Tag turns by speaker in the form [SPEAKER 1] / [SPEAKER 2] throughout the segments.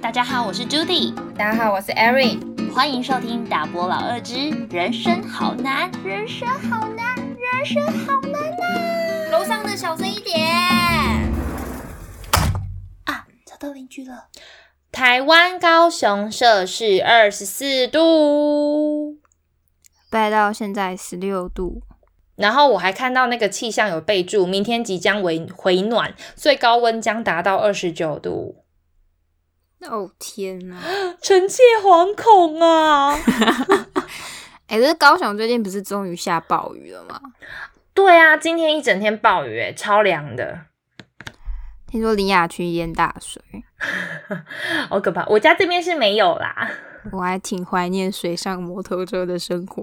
[SPEAKER 1] 大家好，我是 Judy，
[SPEAKER 2] 大家好，我是 Erin。
[SPEAKER 1] 欢迎收听《打波老二之人生好难，人生好难，人生好难啊！
[SPEAKER 2] 楼上的小声一点。
[SPEAKER 1] 啊，找到邻居了。
[SPEAKER 2] 台湾高雄摄氏二十四度，
[SPEAKER 3] 拜到现在十六度，
[SPEAKER 2] 然后我还看到那个气象有备注，明天即将回回暖，最高温将达到二十九度。
[SPEAKER 3] 哦天呐！
[SPEAKER 2] 臣妾惶恐啊！
[SPEAKER 3] 哎、可是高雄最近不是终于下暴雨了吗？
[SPEAKER 2] 对啊，今天一整天暴雨、欸，超凉的，
[SPEAKER 3] 听说林雅区淹大水，
[SPEAKER 2] 好可怕。我家这边是没有啦。
[SPEAKER 3] 我还挺怀念水上摩托车的生活。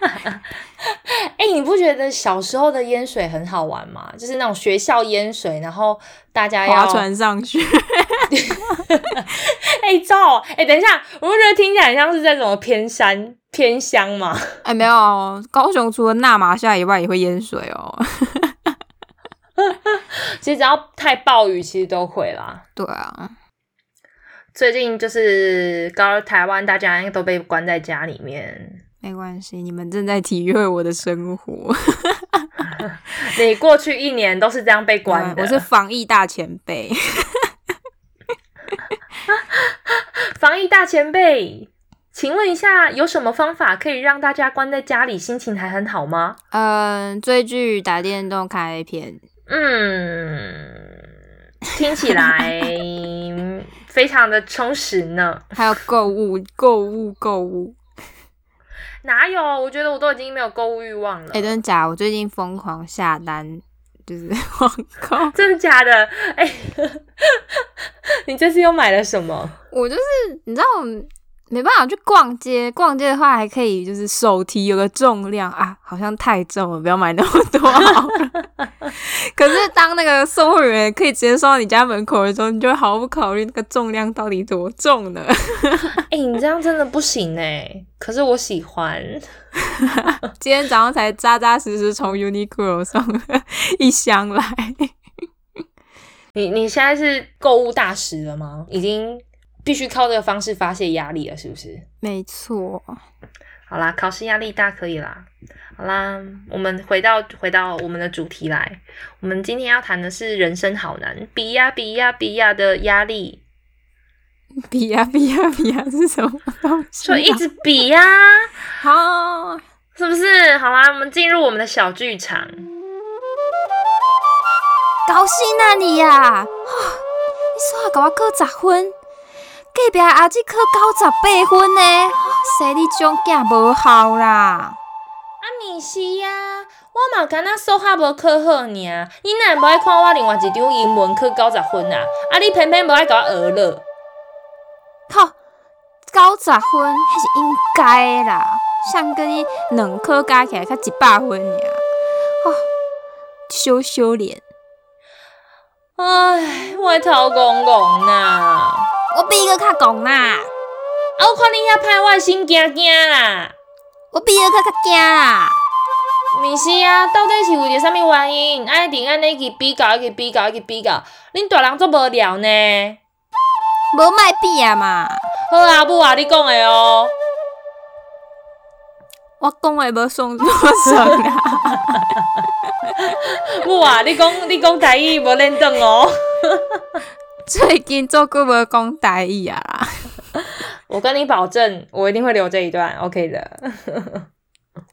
[SPEAKER 2] 哎、你不觉得小时候的淹水很好玩吗？就是那种学校淹水，然后大家要
[SPEAKER 3] 划船上学，
[SPEAKER 2] 哎、照哦哎、等一下，我不觉得听起来很像是在什么偏山偏乡嘛？
[SPEAKER 3] 哎、没有哦，高雄除了纳马夏以外也会淹水哦。
[SPEAKER 2] 其实只要太暴雨，其实都会啦。
[SPEAKER 3] 对啊，
[SPEAKER 2] 最近就是高台湾，大家应该都被关在家里面。
[SPEAKER 3] 没关系，你们正在体会我的生活。
[SPEAKER 2] 你过去一年嗯都是这样被关的，
[SPEAKER 3] 我是防疫大前辈。
[SPEAKER 2] 防疫大前辈。请问一下，有什么方法可以让大家关在家里心情还很好吗？
[SPEAKER 3] 嗯，追剧、打电动、看 A 片，
[SPEAKER 2] 嗯，听起来非常的充实呢。
[SPEAKER 3] 还有购物、购物、购物。
[SPEAKER 2] 哪有？我觉得我都已经没有购物欲望了。
[SPEAKER 3] 哎、真的假的？我最近疯狂下单，就是 网购。
[SPEAKER 2] 真的假的？哎、 你这次又买了什么？
[SPEAKER 3] 我就是你知道，没办法去逛街，逛街的话还可以就是手提有个重量啊，好像太重了，不要买那么多好了。 可是当那个送货员可以直接送到你家门口的时候，你就会毫不考虑那个重量到底多重呢？
[SPEAKER 2] 哎、你这样真的不行哎、可是我喜欢，
[SPEAKER 3] 今天早上才扎扎实实从 Uniqlo 送了一箱来。
[SPEAKER 2] 你你现在是购物大师了吗？已经必须靠这个方式发泄压力了，是不是？
[SPEAKER 3] 没错，
[SPEAKER 2] 好啦，考试压力大可以啦。好啦，我们回到回到我们的主题来，我们今天要谈的是人生好难，比呀比呀比呀的压力，
[SPEAKER 3] 比呀比呀比呀是什么东西、
[SPEAKER 2] 就
[SPEAKER 3] 啊？
[SPEAKER 2] 一直比呀、
[SPEAKER 3] 好。
[SPEAKER 2] 是不是？好啦，我们进入我们的小剧场。
[SPEAKER 3] 高兴啊你呀、啊！你煞甲我考十分，隔壁阿姊考九十八分呢，哦生你种囝无效啦！
[SPEAKER 2] 啊，毋是啊，我嘛敢若数学无考好尔，你哪会无爱看我另外一张英文考九十分啊？啊，你偏偏无爱甲我学了。
[SPEAKER 3] 靠，九十分迄是应该的啦，像跟你两科加起来才一百分尔，哦，羞羞脸，
[SPEAKER 2] 唉，我的头戆戆呐！啊，
[SPEAKER 3] 我比你较戆啦，
[SPEAKER 2] 我看你遐歹，我的心惊惊啦。
[SPEAKER 3] 我比你较较惊啦！
[SPEAKER 2] 毋是啊，到底是为着啥物原因？爱定安尼去比较，去比较，去比较，恁大人足无聊呢。
[SPEAKER 3] 无卖比啊嘛，
[SPEAKER 2] 好啊，母啊，你讲的哦。
[SPEAKER 3] 我讲话无算多算啦。
[SPEAKER 2] 母啊，你讲你讲台语无认真哦。
[SPEAKER 3] 最近做久无讲台语啊啦，
[SPEAKER 2] 我跟你保证，我一定会留这一段，OK 的。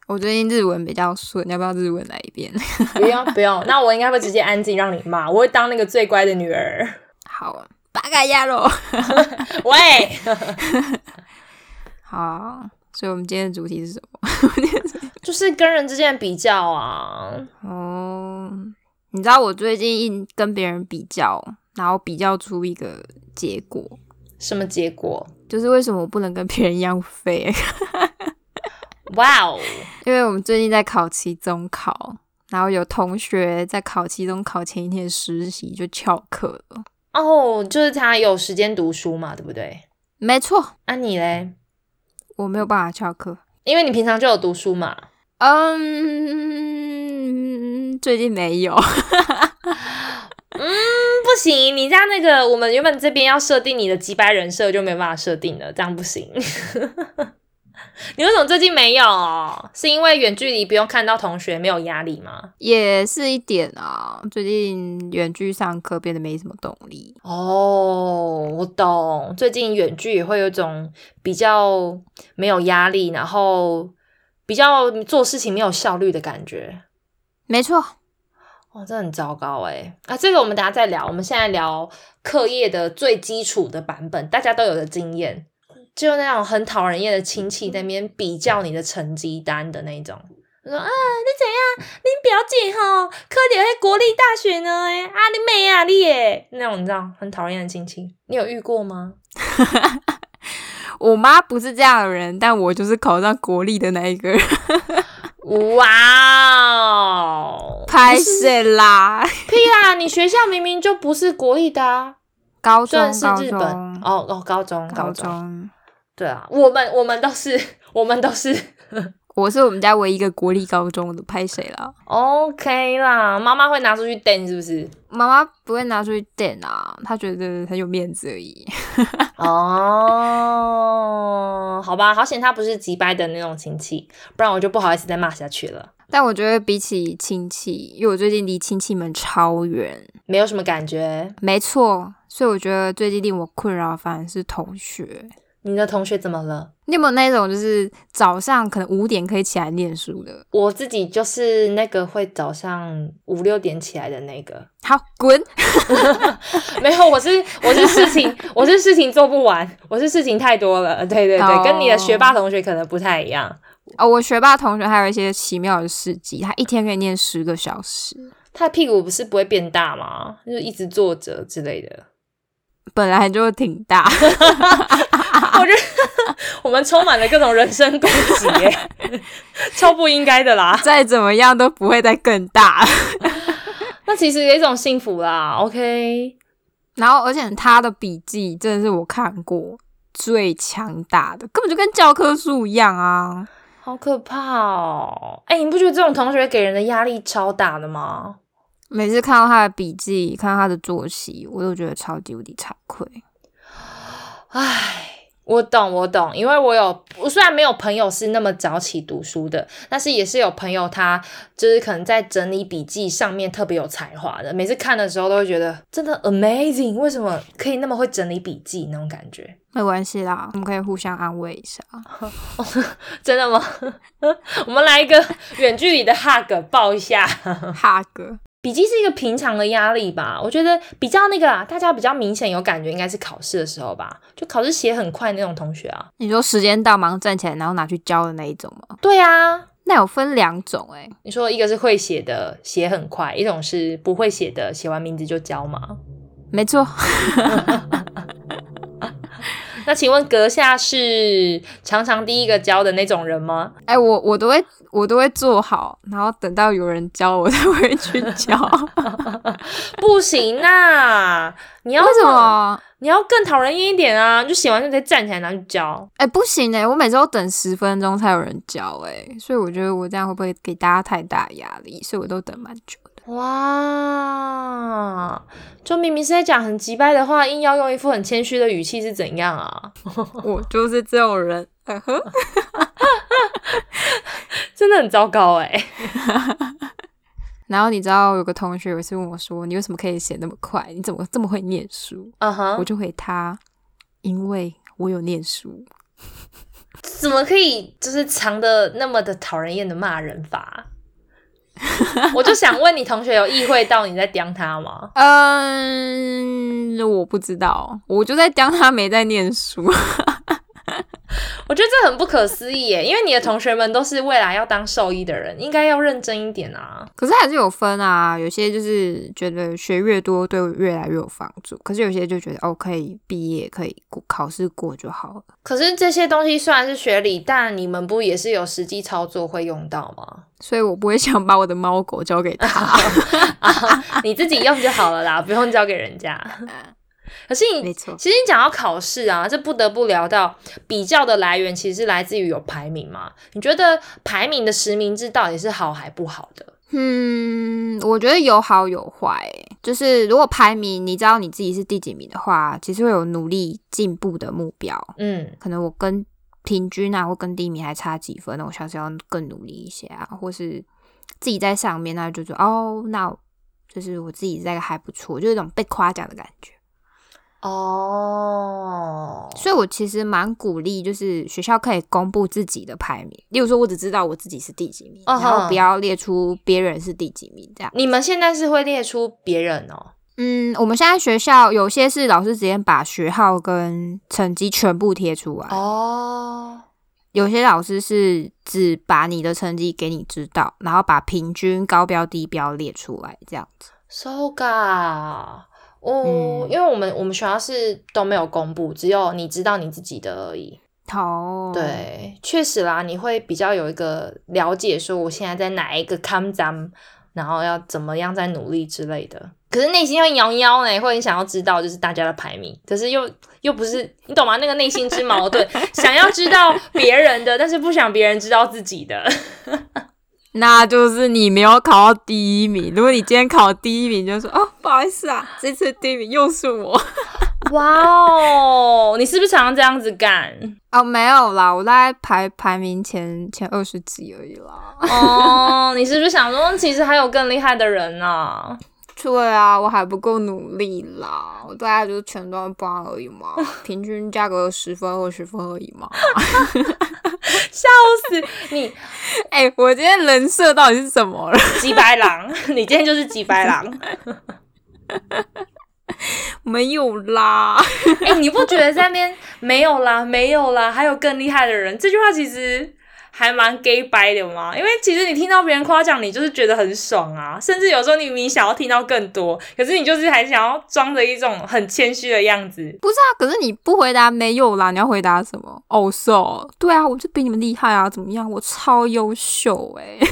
[SPEAKER 3] 我最近日文比较顺，要不要日文来一遍？
[SPEAKER 2] 不用不用，那我应该会直接安静让你骂，我会当那个最乖的女儿。
[SPEAKER 3] 好啊，八嘎呀喽！
[SPEAKER 2] 喂，
[SPEAKER 3] 好，所以我们今天的主题是什么？
[SPEAKER 2] 就是跟人之间的比较啊。
[SPEAKER 3] 哦，你知道我最近一跟别人比较，然后比较出一个结果，
[SPEAKER 2] 什么结果？
[SPEAKER 3] 就是为什么我不能跟别人一样废？
[SPEAKER 2] 哇哦，
[SPEAKER 3] 因为我们最近在考期中考，然后有同学在考期中考前一天实习就翘课了。
[SPEAKER 2] 哦，就是他有时间读书嘛，对不对？
[SPEAKER 3] 没错，
[SPEAKER 2] 啊，你嘞？
[SPEAKER 3] 我没有办法翘课。
[SPEAKER 2] 因为你平常就有读书嘛。
[SPEAKER 3] 嗯，最近没有。
[SPEAKER 2] 不行，你家那个我们原本这边要设定你的几百人设就没办法设定了，这样不行。 你为什么最近没有？啊是因为远距离不用看到同学，没有压力吗？
[SPEAKER 3] 也是一点啊。最近远距上课变得没什么动力，
[SPEAKER 2] 哦，我懂。最近远距也会有一种比较没有压力，然后比较做事情没有效率的感觉。
[SPEAKER 3] 没错，
[SPEAKER 2] 哦，这很糟糕哎！啊，这个我们等一下再聊。我们现在聊课业的最基础的版本，大家都有的经验，就那种很讨人厌的亲戚在那边比较你的成绩单的那种。他说啊，你怎样？你表姐吼，科点在国立大学呢哎，啊你妹啊你耶，那种你知道很讨人厌的亲戚，你有遇过吗？
[SPEAKER 3] 我妈不是这样的人，但我就是考上国立的那一个人，
[SPEAKER 2] 哇哦，
[SPEAKER 3] 拍摄啦。
[SPEAKER 2] 屁啦！你学校明明就不是国立的、啊，
[SPEAKER 3] 高
[SPEAKER 2] 虽
[SPEAKER 3] 中
[SPEAKER 2] 然，是
[SPEAKER 3] 高
[SPEAKER 2] 日本
[SPEAKER 3] 中，
[SPEAKER 2] 哦哦，高中
[SPEAKER 3] 高
[SPEAKER 2] 中。
[SPEAKER 3] 中，
[SPEAKER 2] 对啊，我们我们都是我们都是
[SPEAKER 3] 我是我们家唯一一个国立高中的，拍谁啦？
[SPEAKER 2] OK 啦。妈妈会拿出去瞪是不是？
[SPEAKER 3] 妈妈不会拿出去点啊，她觉得很有面子而已。
[SPEAKER 2] 哦，好吧，好险他不是急掰的那种亲戚，不然我就不好意思再骂下去了，
[SPEAKER 3] 但我觉得比起亲戚，因为我最近离亲戚们超远，
[SPEAKER 2] 没有什么感觉。
[SPEAKER 3] 没错，所以我觉得最近令我困扰反而是同学。
[SPEAKER 2] 你的同学怎么了？
[SPEAKER 3] 你有没有那种就是早上可能五点可以起来念书的？
[SPEAKER 2] 我自己就是那个会早上五六点起来的那个，
[SPEAKER 3] 好，滚！
[SPEAKER 2] 没有，我是我是事情我是事情做不完，我是事情太多了，对对对
[SPEAKER 3] 哦
[SPEAKER 2] 跟你的学霸同学可能不太一样，
[SPEAKER 3] 哦，我学霸同学还有一些奇妙的事迹，他一天可以念十个小时，
[SPEAKER 2] 他的屁股不是不会变大吗？就是一直坐着之类的。
[SPEAKER 3] 本来就挺大。
[SPEAKER 2] 我觉 得我们充满了各种人身攻击耶， 超不应该的啦。
[SPEAKER 3] 再怎么样都不会再更大。
[SPEAKER 2] 那其实也是一种幸福啦，OK。
[SPEAKER 3] 然后，而且他的笔记真的是我看过最强大的，根本就跟教科书一样啊！
[SPEAKER 2] 好可怕哦！哎、你不觉得这种同学给人的压力超大的吗？
[SPEAKER 3] 每次看到他的笔记，看到他的作息，我都觉得超级无敌惭愧。
[SPEAKER 2] 唉，我懂，我懂，因为我有，我虽然没有朋友是那么早起读书的，但是也是有朋友他就是可能在整理笔记上面特别有才华的，每次看的时候都会觉得真的 amazing，为什么可以那么会整理笔记那种感觉？
[SPEAKER 3] 没关系啦，我们可以互相安慰一下。
[SPEAKER 2] 真的吗？ 我们来一个远距离的 hug 抱一下。
[SPEAKER 3] 哈哥，
[SPEAKER 2] 笔记是一个平常的压力吧，我觉得比较那个啦，大家比较明显有感觉应该是考试的时候吧，就考试写很快那种同学啊。
[SPEAKER 3] 你说时间到，马上站起来，然后拿去教的那一种吗？
[SPEAKER 2] 对啊，
[SPEAKER 3] 那有分两种欸诶、
[SPEAKER 2] 你说一个是会写的，写很快；一种是不会写的，写完名字就交嘛。
[SPEAKER 3] 没错，
[SPEAKER 2] 那请问阁下是常常第一个交的那种人吗？
[SPEAKER 3] 哎、我我都会我都会做好，然后等到有人教我才会去教。
[SPEAKER 2] 不行啊！你要
[SPEAKER 3] 为什？么？
[SPEAKER 2] 你要更讨人厌一点啊！你就写完就直接站起来拿去交。
[SPEAKER 3] 哎、不行哎、我每周等十分钟才有人教哎、所以我觉得我这样会不会给大家太大压力？所以我都等蛮久的。
[SPEAKER 2] 哇！就明明是在讲很急掰的话，硬要用一副很谦虚的语气是怎样啊？
[SPEAKER 3] 我就是这种人，呵呵
[SPEAKER 2] 真的很糟糕哎、
[SPEAKER 3] 然后你知道有个同学有一次问我说：“你为什么可以写那么快？你怎么这么会念书？”
[SPEAKER 2] 嗯哼
[SPEAKER 3] 我就回他：“因为我有念书。
[SPEAKER 2] 怎么可以就是藏的那么的讨人厌的骂人法 啊？我就想问你，同学有意会到你在刁他吗”？
[SPEAKER 3] 嗯，我不知道，我就在当他没在念书。
[SPEAKER 2] 我觉得这很不可思议耶，因为你的同学们都是未来要当兽医的人，应该要认真一点啊。
[SPEAKER 3] 可是还是有分啊，有些就是觉得学越多对我越来越有帮助，可是有些就觉得哦，可以毕业，可以过考试过就好了。
[SPEAKER 2] 可是这些东西虽然是学理，但你们不也是有实际操作会用到吗？
[SPEAKER 3] 所以我不会 想把我的猫狗交给他。
[SPEAKER 2] 啊， 你自己用就好了 啦，不用交给人家。可是你
[SPEAKER 3] 嗯没错，
[SPEAKER 2] 其实你讲到考试啊，这不得不聊到比较的来源，其实来自于有排名嘛。你觉得排名的实名制到底是好还不好的？
[SPEAKER 3] 嗯，我觉得有好有坏欸。就是如果排名，你知道你自己是第几名的话，其实会有努力进步的目标。
[SPEAKER 2] 嗯，
[SPEAKER 3] 可能我跟平均啊，或跟第一名还差几分，那我下次要更努力一些啊，或是自己在上面，那就说哦，那我就是我自己在还不错，就是一种被夸奖的感觉。
[SPEAKER 2] 哦，
[SPEAKER 3] 所以我其实蛮鼓励，就是学校可以公布自己的排名，例如说我只知道我自己是第几名，
[SPEAKER 2] 嗯
[SPEAKER 3] 然
[SPEAKER 2] 哼
[SPEAKER 3] 后不要列出别人是第几名这样。
[SPEAKER 2] 你们现在是会列出别人哦？
[SPEAKER 3] 嗯，我们现在学校有些是老师直接把学号跟成绩全部贴出来，
[SPEAKER 2] 哦，
[SPEAKER 3] 有些老师是只把你的成绩给你知道，然后把平均高标低标列出来这样子。
[SPEAKER 2] so ga，哦，
[SPEAKER 3] 嗯
[SPEAKER 2] 因为我们我们学校是都没有公布，只有你知道你自己的而已。
[SPEAKER 3] 哦，，
[SPEAKER 2] 对，确实啦，你会比较有一个了解，说我现在在哪一个 come down，然后要怎么样在努力之类的。可是内心会摇摇呢，会很想要知道就是大家的排名，可是又又不是你懂吗？那个内心之矛盾，想要知道别人的，但是不想别人知道自己的。
[SPEAKER 3] 那就是你没有考到第一名。如果你今天考第一名，就说哦，不好意思啊，这次第一名又是我。
[SPEAKER 2] 哇哦，你是不是常常这样子干？
[SPEAKER 3] 哦，没有啦，我大概排排名前前二十几而已啦。
[SPEAKER 2] 哦，你是不是想说，其实还有更厉害的人呢、啊？
[SPEAKER 3] 对啊，我还不够努力啦，我大概就是前段班而已嘛，平均加个十分或十分而已嘛。
[SPEAKER 2] 笑死你，
[SPEAKER 3] 哎、我今天人设到底是怎么了？
[SPEAKER 2] 几白狼！ 你今天就是几白狼。
[SPEAKER 3] 没有啦。
[SPEAKER 2] 哎、你不觉得在那边没有啦，没有啦，还有更厉害的人？这句话其实还蛮 gay 白的嘛，因为其实你听到别人夸奖你，就是觉得很爽啊，甚至有时候你明明想要听到更多，可是你就是还想要装着一种很谦虚的样子。
[SPEAKER 3] 不是啊，可是你不回答没有啦，你要回答什么？哦、so，对啊，我就比你们厉害啊，怎么样？我超优秀哎、欸，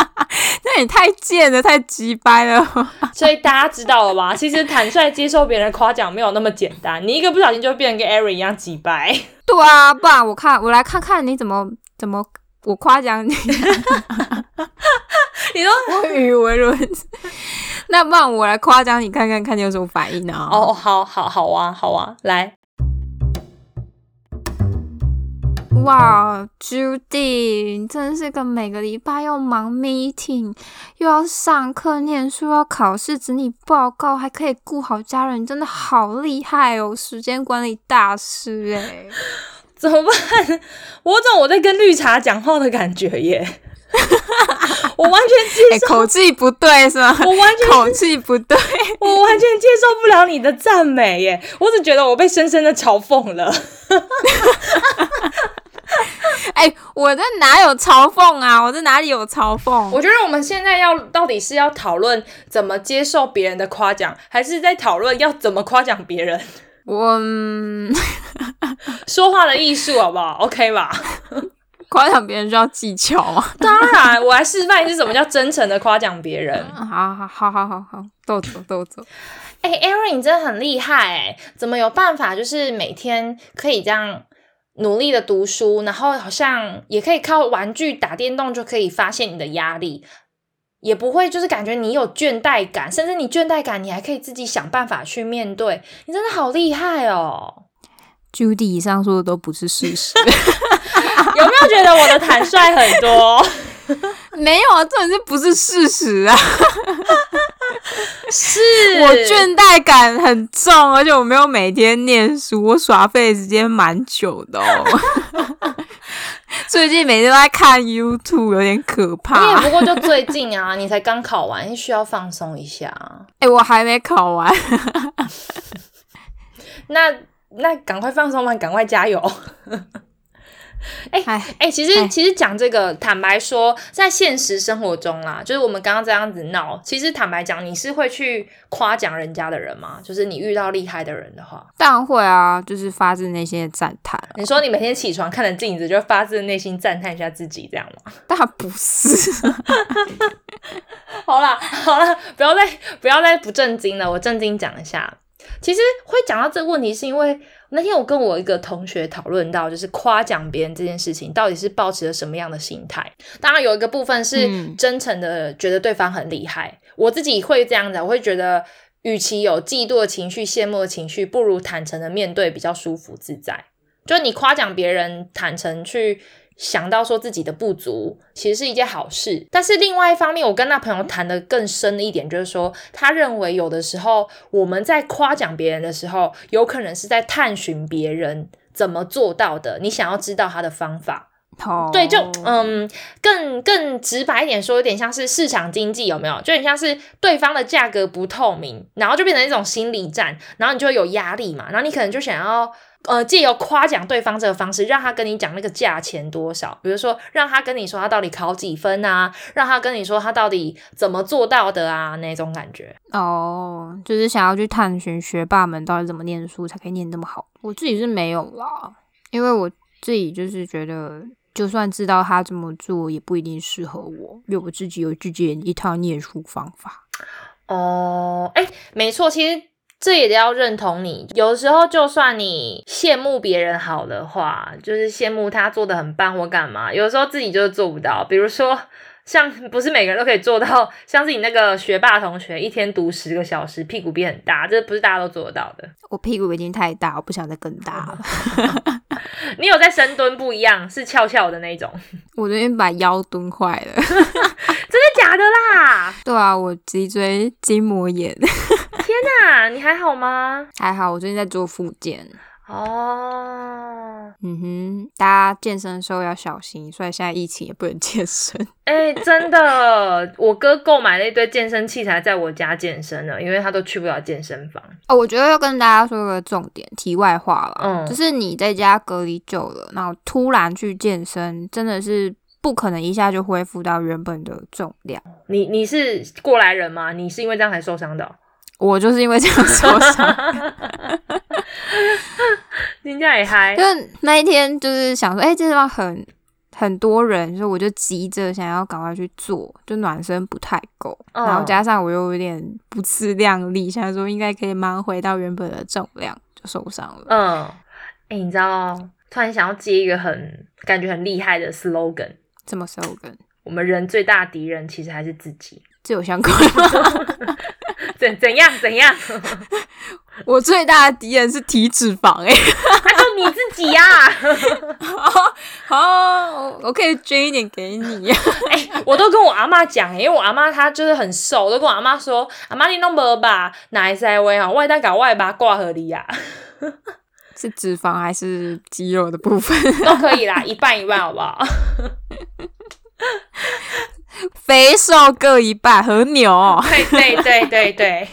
[SPEAKER 3] 那也太贱了，太鸡掰了。
[SPEAKER 2] 所以大家知道了吧？其实坦率接受别人的夸奖没有那么简单，你一个不小心就会变得跟 Aaron 一样几白。
[SPEAKER 3] 对啊，不然我看我来看看你怎么怎么我夸奖你，
[SPEAKER 2] 你说
[SPEAKER 3] 我语无伦次。 那不然我来夸奖你看看看你有什么反应啊？
[SPEAKER 2] 哦，好好好啊，好啊，来，
[SPEAKER 3] 哇，Judy，你真是个每个礼拜要忙 meeting，又要上课、念书、要考试、整理报告，还可以顾好家人，你真的好厉害哦！时间管理大师 哎、
[SPEAKER 2] 怎么办？我有种我在跟绿茶讲话的感觉耶， 我完全
[SPEAKER 3] 哎、
[SPEAKER 2] 接受，
[SPEAKER 3] 口气不对是吗？
[SPEAKER 2] 我完全
[SPEAKER 3] 口气不对，
[SPEAKER 2] 我完全接受不了你的赞美耶，我只觉得我被深深的嘲讽了。
[SPEAKER 3] 哎、我这哪有嘲讽啊？我这哪里有嘲讽？
[SPEAKER 2] 我觉得我们现在要到底是要讨论怎么接受别人的夸奖，还是在讨论要怎么夸奖别人？
[SPEAKER 3] 我、嗯、
[SPEAKER 2] 说话的艺术好不好？OK 吧？
[SPEAKER 3] 夸奖别人需要技巧啊吗？
[SPEAKER 2] 当然，我来示范一次什么叫真诚的夸奖别人。
[SPEAKER 3] 嗯好好好好好好，豆走豆走。
[SPEAKER 2] 哎、a a r o n 你真的很厉害哎、怎么有办法就是每天可以这样努力的读书，然后好像也可以靠玩具打电动就可以发泄你的压力，也不会就是感觉你有倦怠感，甚至你倦怠感你还可以自己想办法去面对，你真的好厉害哦！
[SPEAKER 3] Judy 以上说的都不是事实。
[SPEAKER 2] 有没有觉得我的坦率很 多？
[SPEAKER 3] 没有啊，这点是不是事实啊？
[SPEAKER 2] 是
[SPEAKER 3] 我倦怠感很重，而且我没有每天念书，我耍废的时间蛮久的哦。 最近每天都在看 YouTube，有点可
[SPEAKER 2] 你也
[SPEAKER 3] 怕。
[SPEAKER 2] 不过就最近啊，你才刚考完，需要放松一下啊。
[SPEAKER 3] 哎、我还没考完，
[SPEAKER 2] 那那赶快放松吧，赶快加油！
[SPEAKER 3] 哎，
[SPEAKER 2] 哎、其实
[SPEAKER 3] 哎
[SPEAKER 2] 其实讲这个，坦白说，在现实生活中啦，就是我们刚刚这样子闹，其实坦白讲，你是会去夸奖人家的人吗？就是你遇到厉害的人的话，
[SPEAKER 3] 当然会啊，就是发自内心的赞叹啊，
[SPEAKER 2] 你说你每天起床看着镜子，就发自内心赞叹一下自己，这样吗？
[SPEAKER 3] 但不是。
[SPEAKER 2] 好啦好啦，不要再不要再不正经了，我正经讲一下。其实会讲到这个问题，是因为那天我跟我一个同学讨论到，就是夸奖别人这件事情，到底是保持着什么样的心态？当然有一个部分是
[SPEAKER 3] 嗯
[SPEAKER 2] 真诚的，觉得对方很厉害。我自己会这样子，我会觉得，与其有嫉妒的情绪、羡慕的情绪，不如坦诚的面对，比较舒服自在。就你夸奖别人，坦诚去想到说自己的不足，其实是一件好事。但是另外一方面，我跟那朋友谈的更深的一点，就是说，他认为有的时候我们在夸奖别人的时候，有可能是在探寻别人怎么做到的，你想要知道他的方法。
[SPEAKER 3] 哦，
[SPEAKER 2] 对，就嗯，更更直白一点说，有点像是市场经济，有没有？就很像是对方的价格不透明，然后就变成一种心理战，然后你就会有压力嘛，然后你可能就想要。呃，借由夸奖对方这个方式，让他跟你讲那个价钱多少，比如说让他跟你说他到底考几分啊，让他跟你说他到底怎么做到的啊，那种感觉。
[SPEAKER 3] 哦，就是想要去探寻学霸们到底怎么念书才可以念这么好。我自己是没有啦，因为我自己就是觉得，就算知道他这么做，也不一定适合我，因为我自己有自己的一套念书方法。
[SPEAKER 2] 哦，哎，没错，其实这也得要认同你。有时候就算你羡慕别人好的话，就是羡慕他做的很棒或干嘛，有时候自己就是做不到。比如说，像不是每个人都可以做到，像是你那个学霸同学，一天读十个小时，屁股变很大，这不是大家都做得到的。
[SPEAKER 3] 我屁股已经太大，我不想再更大了。
[SPEAKER 2] 你有在深蹲不一样，是翘翘的那种，
[SPEAKER 3] 我昨天把腰蹲坏了。
[SPEAKER 2] 真的假的啦？
[SPEAKER 3] 对啊，我脊椎筋膜炎，
[SPEAKER 2] 那你还好吗？
[SPEAKER 3] 还好我最近在做复健。
[SPEAKER 2] 哦。
[SPEAKER 3] 嗯哼，大家健身的时候要小心，虽然现在疫情也不能健身。
[SPEAKER 2] 哎、真的，我哥购买了一堆健身器材，在我家健身了，因为他都去不了健身房。
[SPEAKER 3] 哦，我觉得要跟大家说个重点，题外话啦，
[SPEAKER 2] 嗯
[SPEAKER 3] 就是你在家隔离久了，然后突然去健身，真的是不可能一下就恢复到原本的重量。
[SPEAKER 2] 你你是过来人吗？你是因为这样才受伤的哦、
[SPEAKER 3] 我就是因为这样受 伤，
[SPEAKER 2] 人家也嗨
[SPEAKER 3] 就，是那一天就是想说，哎、这地方很很多人，所以我就急着想要赶快去做，就暖身不太够，
[SPEAKER 2] 嗯
[SPEAKER 3] 然后加上我又有点不自量力，想说应该可以忙回到原本的重量，就受伤了。
[SPEAKER 2] 嗯，哎、你知道，突然想要接一个很感觉很厉害的 slogan，
[SPEAKER 3] 这么 slogan，
[SPEAKER 2] 我们人最大的敌人其实还是自己。
[SPEAKER 3] 这有相关吗？
[SPEAKER 2] 怎怎样怎样？
[SPEAKER 3] 我最大的敌人是体脂肪、哎，
[SPEAKER 2] 他说你自己 呀、
[SPEAKER 3] 好，我我可以捐一点给你。
[SPEAKER 2] 哎我都跟我阿妈讲、欸因为我阿妈她就是很瘦，我都跟我阿妈说，阿妈你弄无吧，哪会塞威啊，外带搞外吧挂合理啊。
[SPEAKER 3] 是脂肪还是肌肉的部分？
[SPEAKER 2] 都可以啦，一半一半，好不好？
[SPEAKER 3] 肥瘦各一半，和牛、
[SPEAKER 2] 对对对对对。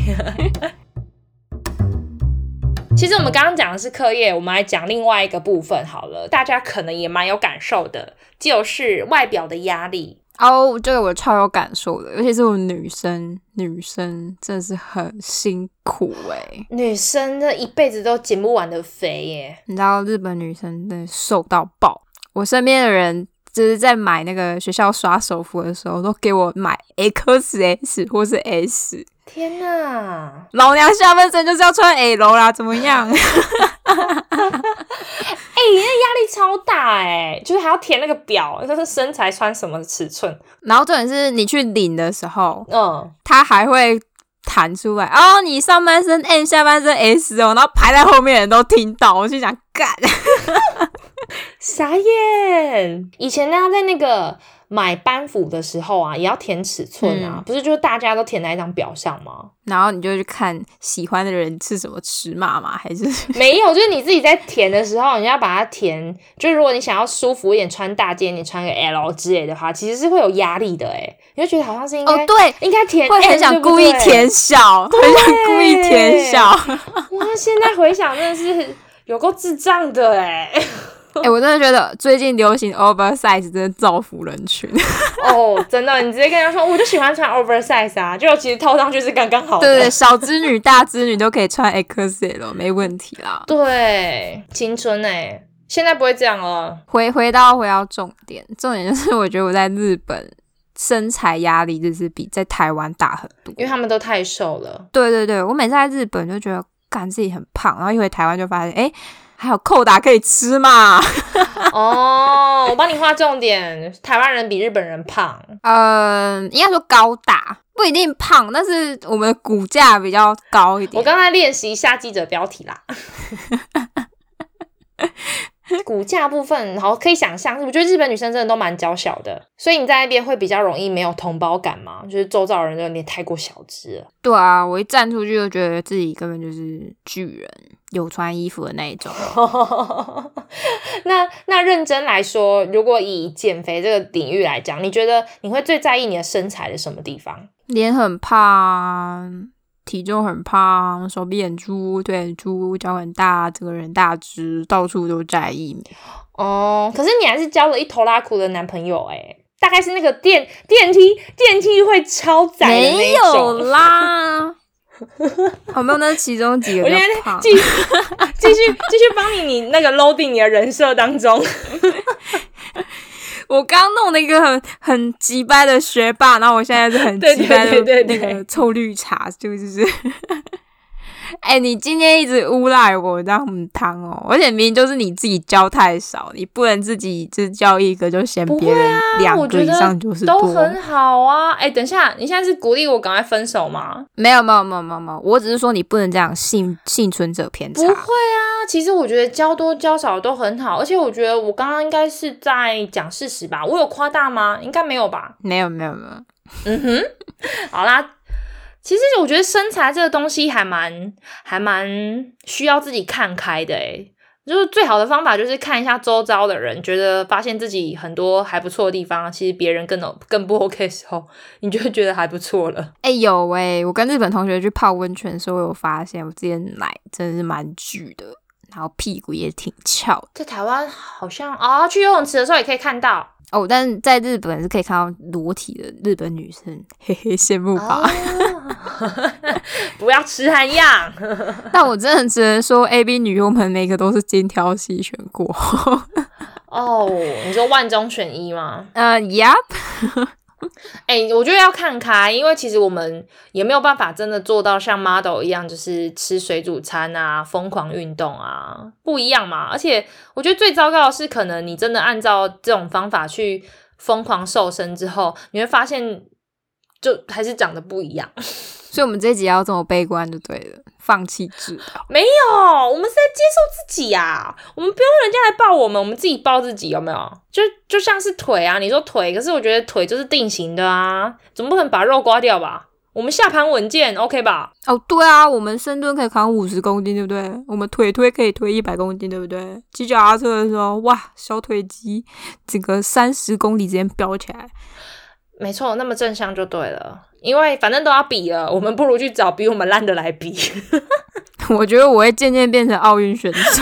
[SPEAKER 2] 其实我们刚刚讲的是课业，我们来讲另外一个部分好了，大家可能也蛮有感受的，就是外表的压力。
[SPEAKER 3] 哦，这个我超有感受的，尤其是我女生，女生真的是很辛苦哎、
[SPEAKER 2] 女生这一辈子都减不完的肥耶，
[SPEAKER 3] 你知道日本女生真的瘦到爆，我身边的人就是在买那个学校刷手服的时候，都给我买 XS 或是 S，
[SPEAKER 2] 天哪！
[SPEAKER 3] 老娘下半身就是要穿 L 啦，怎么样？
[SPEAKER 2] 哎、你那压力超大哎，就是还要填那个表，就是身材穿什么尺寸。
[SPEAKER 3] 然后重点是你去领的时候，
[SPEAKER 2] 嗯，
[SPEAKER 3] 它还会。弹出来哦！你上半身 M，下半身 S 哦，然后排在后面的人都听到，我就想干，
[SPEAKER 2] 傻眼！以前大家在那个买班服的时候啊，也要填尺寸啊，
[SPEAKER 3] 嗯
[SPEAKER 2] 不是就是大家都填在一张表上吗？
[SPEAKER 3] 然后你就去看喜欢的人是什么尺码嘛，还是
[SPEAKER 2] 没有，就是你自己在填的时候，你要把它填。就是如果你想要舒服一点，穿大件，你穿个 L 之类的话，其实是会有压力的哎，你就觉得好像是应该、
[SPEAKER 3] 哦对，
[SPEAKER 2] 应该填 M，
[SPEAKER 3] 会很想故意填小，很想故意填小。
[SPEAKER 2] 对不对。哇，现在回想真的是有够智障的 哎！
[SPEAKER 3] 哎、我真的觉得最近流行 oversize 真的造福人群。
[SPEAKER 2] 哦，真的，你直接跟他说，我就喜欢穿 oversize 啊，就其实套上去是刚刚好的。
[SPEAKER 3] 对对，小织女、大织女都可以穿 XL，没问题啦。
[SPEAKER 2] 对，青春哎、现在不会这样了。
[SPEAKER 3] 回回到回到重点，重点就是我觉得我在日本身材压力就是比在台湾大很多
[SPEAKER 2] 因。为他们都太瘦了，
[SPEAKER 3] 对对对，我每次在日本就觉得感自己很胖，然后一回台湾就发现，哎、还有扣打可以吃嘛？
[SPEAKER 2] 哦，我帮你画重点，台湾人比日本人胖，
[SPEAKER 3] 嗯，应该说高大，不一定胖，但是我们的骨架比较高一点。
[SPEAKER 2] 我刚才练习一下记者标题啦。骨架部分，好可以想象，我觉得日本女生真的都蛮娇小的，所以你在那边会比较容易没有同胞感嘛，就是周遭人都有点太过小只了。
[SPEAKER 3] 对啊，我一站出去就觉得自己根本就是巨人，有穿衣服的那一种。
[SPEAKER 2] 那那认真来说，如果以减肥这个领域来讲，你觉得你会最在意你的身材的什么地方？
[SPEAKER 3] 脸很胖，体重很胖，手臂很粗，腿很粗，脚很大，整个人大只，到处都在意。
[SPEAKER 2] 哦，可是你还是交了一头拉苦的男朋友哎、大概是那个电电梯电梯会超载的那
[SPEAKER 3] 没
[SPEAKER 2] 一种
[SPEAKER 3] 有啦，好没有？那是其中几个
[SPEAKER 2] 我
[SPEAKER 3] 比
[SPEAKER 2] 现
[SPEAKER 3] 较
[SPEAKER 2] 在
[SPEAKER 3] 胖。
[SPEAKER 2] 继续继续继续帮你你那个 loading 你的人设当中，
[SPEAKER 3] 我刚弄了一个很很急掰的学霸，然后我现在是很
[SPEAKER 2] 对
[SPEAKER 3] 急掰的
[SPEAKER 2] 对对对
[SPEAKER 3] 那
[SPEAKER 2] 对
[SPEAKER 3] 个臭绿茶，就是是。 哎、你今天一直诬赖我让母汤哦，而且明明就是你自己教太少，你不能自己只教一个就嫌
[SPEAKER 2] 不会
[SPEAKER 3] 别人两
[SPEAKER 2] 我
[SPEAKER 3] 个
[SPEAKER 2] 觉
[SPEAKER 3] 以
[SPEAKER 2] 得
[SPEAKER 3] 上就是
[SPEAKER 2] 都
[SPEAKER 3] 多。
[SPEAKER 2] 很好啊。哎、等一下，你现在是鼓励我赶快分手吗？
[SPEAKER 3] 没有没有没有没有没有，我只是说你不能这样幸幸存者偏差
[SPEAKER 2] 不。会啊，其实我觉得教多教少都很好，而且我觉得我刚刚应该是在讲事实吧，我有夸大吗？应该没有吧。
[SPEAKER 3] 没有没有没有，
[SPEAKER 2] 嗯哼，好啦，其实我觉得身材这个东西还蛮还蛮需要自己看开的诶、就是最好的方法就是看一下周遭的人，觉得发现自己很多还不错的地方，其实别人更更不 OK 的时候，你就会觉得还不错了。
[SPEAKER 3] 哎、有哎、我跟日本同学去泡温泉的时候，我有发现我自己的奶真的是蛮巨的，然后屁股也挺翘的
[SPEAKER 2] 在台湾好像啊、去游泳池的时候也可以看到
[SPEAKER 3] 哦，但是在日本是可以看到裸体的日本女生，嘿嘿，羡慕吧？
[SPEAKER 2] 哦 不要吃寒样。
[SPEAKER 3] 但我真的只能说，A B 女优们每个都是精挑细选过。
[SPEAKER 2] 哦，你说万中选一吗？
[SPEAKER 3] 呃，Yep，
[SPEAKER 2] 哎、我觉得要看开，因为其实我们也没有办法真的做到像 model 一样，就是吃水煮餐啊、疯狂运动啊，不一样嘛。而且我觉得最糟糕的是，可能你真的按照这种方法去疯狂瘦身之后，你会发现就还是长得不一样。
[SPEAKER 3] 所以我们这一集要这么悲观就对了，放弃治疗。
[SPEAKER 2] 没有，我们是在接受自己呀、我们不用人家来抱我们，我们自己抱自己，有没有？就就像是腿啊，你说腿，可是我觉得腿就是定型的啊，总不可能把肉刮掉吧？我们下盘稳健，OK 吧？
[SPEAKER 3] 哦，对啊，我们深蹲可以扛五十公斤，对不对？我们腿推可以推一百公斤，对不对？骑脚踏车的时候，哇，小腿肌整个三十公里之间飙起来。
[SPEAKER 2] 没错，那么正向就对了，因为反正都要比了，我们不如去找比我们烂的来比。
[SPEAKER 3] 我觉得我会渐渐变成奥运选手。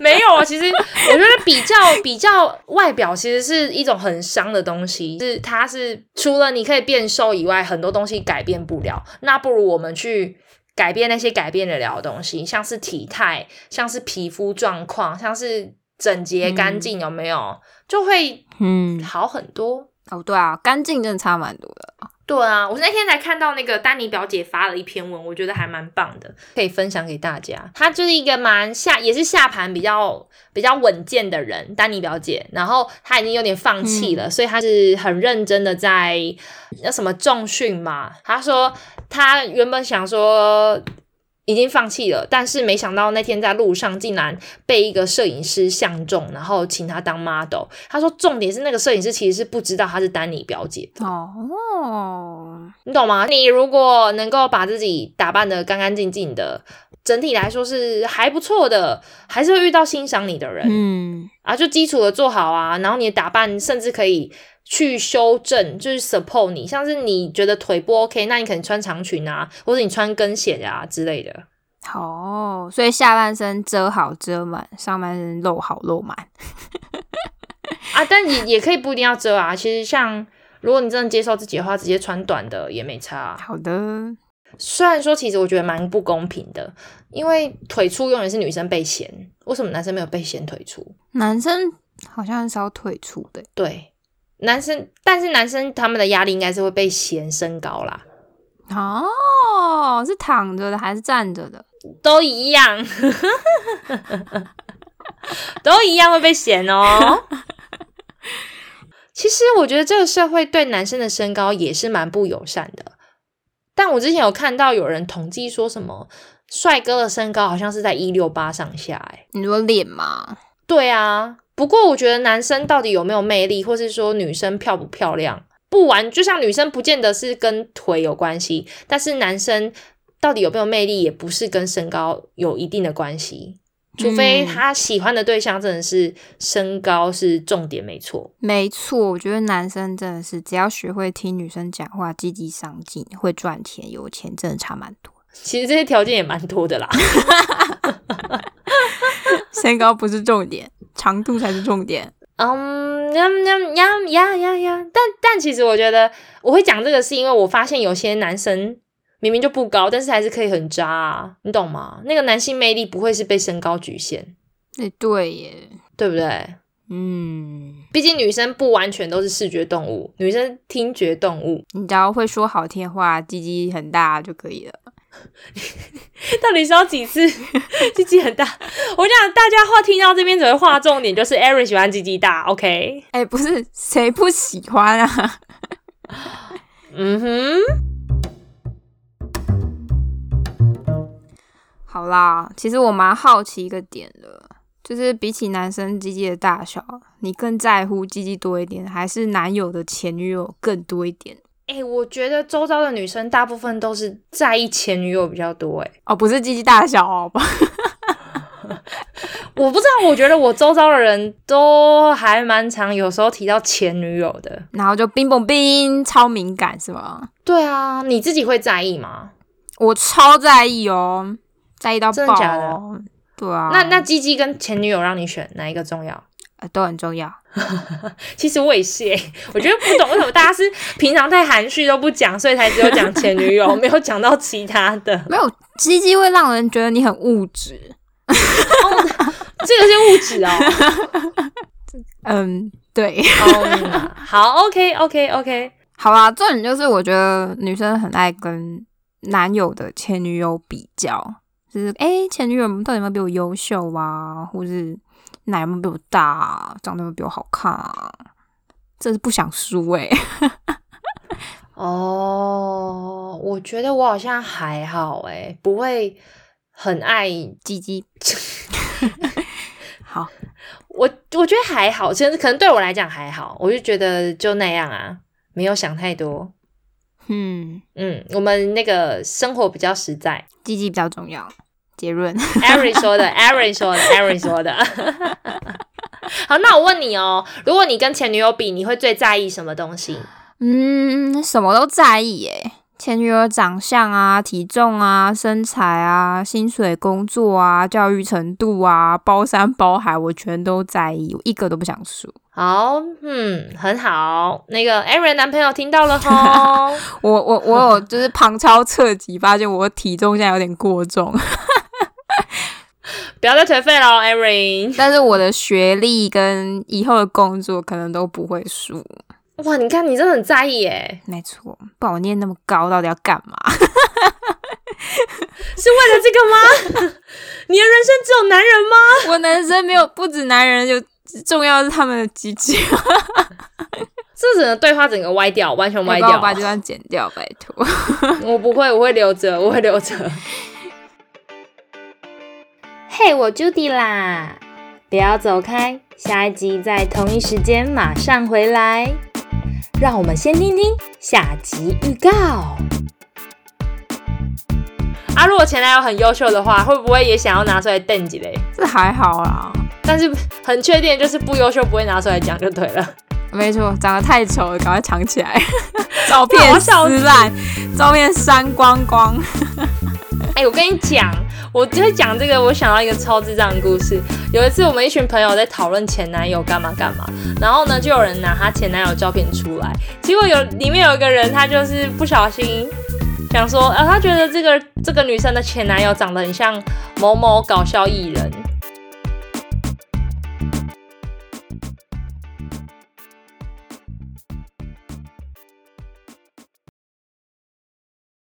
[SPEAKER 2] 没有啊，其实 我觉得比较比较外表其实是一种很伤的东西，是它是除了你可以变瘦以外，很多东西改变不了。那不如我们去改变那些改变得了的东西，像是体态，像是皮肤状况，像是整洁干净，有没有就会
[SPEAKER 3] 嗯，
[SPEAKER 2] 好很多。
[SPEAKER 3] 哦，对啊，干净真的差蛮多的。
[SPEAKER 2] 对啊，我那天才看到那个丹尼表姐发了一篇文，我觉得还蛮棒的，可以分享给大家。她就是一个蛮下，也是下盘比较比较稳健的人，丹尼表姐。然后她已经有点放弃了，所以她是很认真的在那什么重训嘛。她说她原本想说。已经放弃了，但是没想到那天在路上竟然被一个摄影师相中，然后请她当 model。她说重点是那个摄影师其实是不知道她是丹尼表姐的
[SPEAKER 3] 哦，
[SPEAKER 2] 你懂吗？你如果能够把自己打扮的干干净净的，整体来说是还不错的，还是会遇到欣赏你的人、
[SPEAKER 3] 嗯，
[SPEAKER 2] 啊。就基础的做好啊，然后你的打扮甚至可以去修正，就是 support 你。像是你觉得腿不 OK，那你可能穿长裙啊，或者你穿跟鞋啊之类的。
[SPEAKER 3] 好、所以下半身遮好遮满，上半身露好露满。
[SPEAKER 2] 啊，但也也可以不一定要遮啊。其实像如果你真的接受自己的话，直接穿短的也没差啊、
[SPEAKER 3] 好的，
[SPEAKER 2] 虽然说，其实我觉得蛮不公平的，因为腿粗永远是女生被嫌，为什么男生没有被嫌腿粗？
[SPEAKER 3] 男生好像很少腿粗的，
[SPEAKER 2] 对，男生，但是男生他们的压力应该是会被嫌身高啦。
[SPEAKER 3] 欸哦，是躺着的还是站着的？
[SPEAKER 2] 都一样， 都一样会被嫌哦。其实我觉得这个社会对男生的身高也是蛮不友善的。但我之前有看到有人统计说什么，帅哥的身高好像是在一六八上下、欸。
[SPEAKER 3] 你说脸吗？
[SPEAKER 2] 对啊，不过我觉得男生到底有没有魅力，或是说女生漂不漂亮，不完就像女生不见得是跟腿有关系，但是男生到底有没有魅力，也不是跟身高有一定的关系，除非
[SPEAKER 3] 嗯
[SPEAKER 2] 他喜欢的对象真的是身高是重点，没错。
[SPEAKER 3] 没错，我觉得男生真的是只要学会听女生讲话，积极上进，会赚钱，有钱，真的差蛮多。
[SPEAKER 2] 其实这些条件也蛮多的啦。
[SPEAKER 3] 身高不是重点，长度才是重 点。
[SPEAKER 2] 嗯呀呀呀呀呀呀！但但其实我觉得我会讲这个，是因为我发现有些男生明明就不高，但是还是可以很渣、啊，你懂吗？那个男性魅力不会是被身高局限，
[SPEAKER 3] 哎、对耶，
[SPEAKER 2] 对不对？
[SPEAKER 3] 嗯，
[SPEAKER 2] 毕竟女生不完全都是视觉动物，女生听觉动物。
[SPEAKER 3] 你只要会说好听话，鸡鸡很大就可以了。
[SPEAKER 2] 到底是要几次？鸡鸡很大，我讲大家话听到这边只会划重点，就是 Aaron 喜欢鸡鸡大，OK？
[SPEAKER 3] 哎、不是谁不喜欢啊？
[SPEAKER 2] 嗯哼。
[SPEAKER 3] 好啦，其实我蛮好奇一个点的，就是比起男生鸡鸡的大小，你更在乎鸡鸡多一点，还是男友的前女友更多一点？
[SPEAKER 2] 哎、我觉得周遭的女生大部分都是在意前女友比较多、欸。
[SPEAKER 3] 哦，不是鸡鸡大小哦，不
[SPEAKER 2] 我不知道，我觉得我周遭的人都还蛮常有时候提到前女友的。
[SPEAKER 3] 然后就冰蹦冰，超敏感是吗？
[SPEAKER 2] 对啊，你自己会在意吗？
[SPEAKER 3] 我超在意哦，在意到爆、哦，
[SPEAKER 2] 真的假的
[SPEAKER 3] 对啊，
[SPEAKER 2] 那那鸡鸡跟前女友让你选哪一个重要？
[SPEAKER 3] 呃都很重要。
[SPEAKER 2] 其实我也是、欸， 我觉得不懂为什么大家是平常太含蓄都不讲，所以才只有讲前女友，没有讲到其他的。
[SPEAKER 3] 没有鸡鸡会让人觉得你很物质，
[SPEAKER 2] 这个是物 质哦。
[SPEAKER 3] 嗯，对。
[SPEAKER 2] 嗯好，OK OK OK。
[SPEAKER 3] 好啦，重点就是我觉得女生很爱跟男友的前女友比较，就是诶，前女友到底有没有比我优秀啊，或是奶有没有比我大、啊，长得有没有比我好看啊？真是不想输欸诶、
[SPEAKER 2] 哦，我觉得我好像还好诶、不会很爱
[SPEAKER 3] 鸡 鸡。好，
[SPEAKER 2] 我，我觉得还好，其实可能对我来讲还好，我就觉得就那样啊，没有想太多。
[SPEAKER 3] 嗯，
[SPEAKER 2] 嗯，我们那个生活比较实在。
[SPEAKER 3] 鸡鸡比较重要。结论，
[SPEAKER 2] Aaron 说的，Aaron 说的，Aaron 说的。 好，那我问你哦，如果你跟前女友比，你会最在意什么东西？
[SPEAKER 3] 嗯，什么都在意诶、前女友长相啊、体重啊、身材啊、薪水、工作啊、教育程度啊，包山包海，我全都在意，我一个都不想输。
[SPEAKER 2] 好，嗯，很好。那个 Aaron 男朋友听到了 吼。
[SPEAKER 3] 我我我 有就是旁敲侧击发现我体重现在有点过 重，
[SPEAKER 2] 不要再颓废了，Erin。哦
[SPEAKER 3] 但是我的学历跟以后的工作可能都不会输。
[SPEAKER 2] 哇，你看你真的很在意耶，
[SPEAKER 3] 没错，不然我念那么高到底要干嘛？
[SPEAKER 2] 是为了这个吗？ 你的人生只有男人吗？
[SPEAKER 3] 我男生没有不止男人，就重要的是他们的鸡鸡。
[SPEAKER 2] 这整个对话整个歪掉，完全歪
[SPEAKER 3] 你帮
[SPEAKER 2] 掉
[SPEAKER 3] 我。把这段剪掉，拜托。
[SPEAKER 2] 我不会，我会留着，我会留着。 嘿，我 Judy 啦，不要走开，下一集在同一时间马上回来。让我们先听听下集预告。啊，如果前男友很优秀的话，会不会也想要拿出来瞪几嘞？
[SPEAKER 3] 这还好啦，
[SPEAKER 2] 但是很确定就是不优秀不会拿出来讲就对了。
[SPEAKER 3] 没错，长得太丑了，赶快藏起来。 照
[SPEAKER 2] 那我
[SPEAKER 3] 片撕
[SPEAKER 2] 笑死
[SPEAKER 3] 烂，照片删光光。
[SPEAKER 2] 哎、我跟你讲，我在讲这个，我想到一个超智障的故事。有一次，我们一群朋友在讨论前男友干嘛干嘛，然后呢，就有人拿他前男友照片出来，结果有里面有一个人，他就是不小心呃想说，啊，他觉得这个这个女生的前男友长得很像某某搞笑艺人，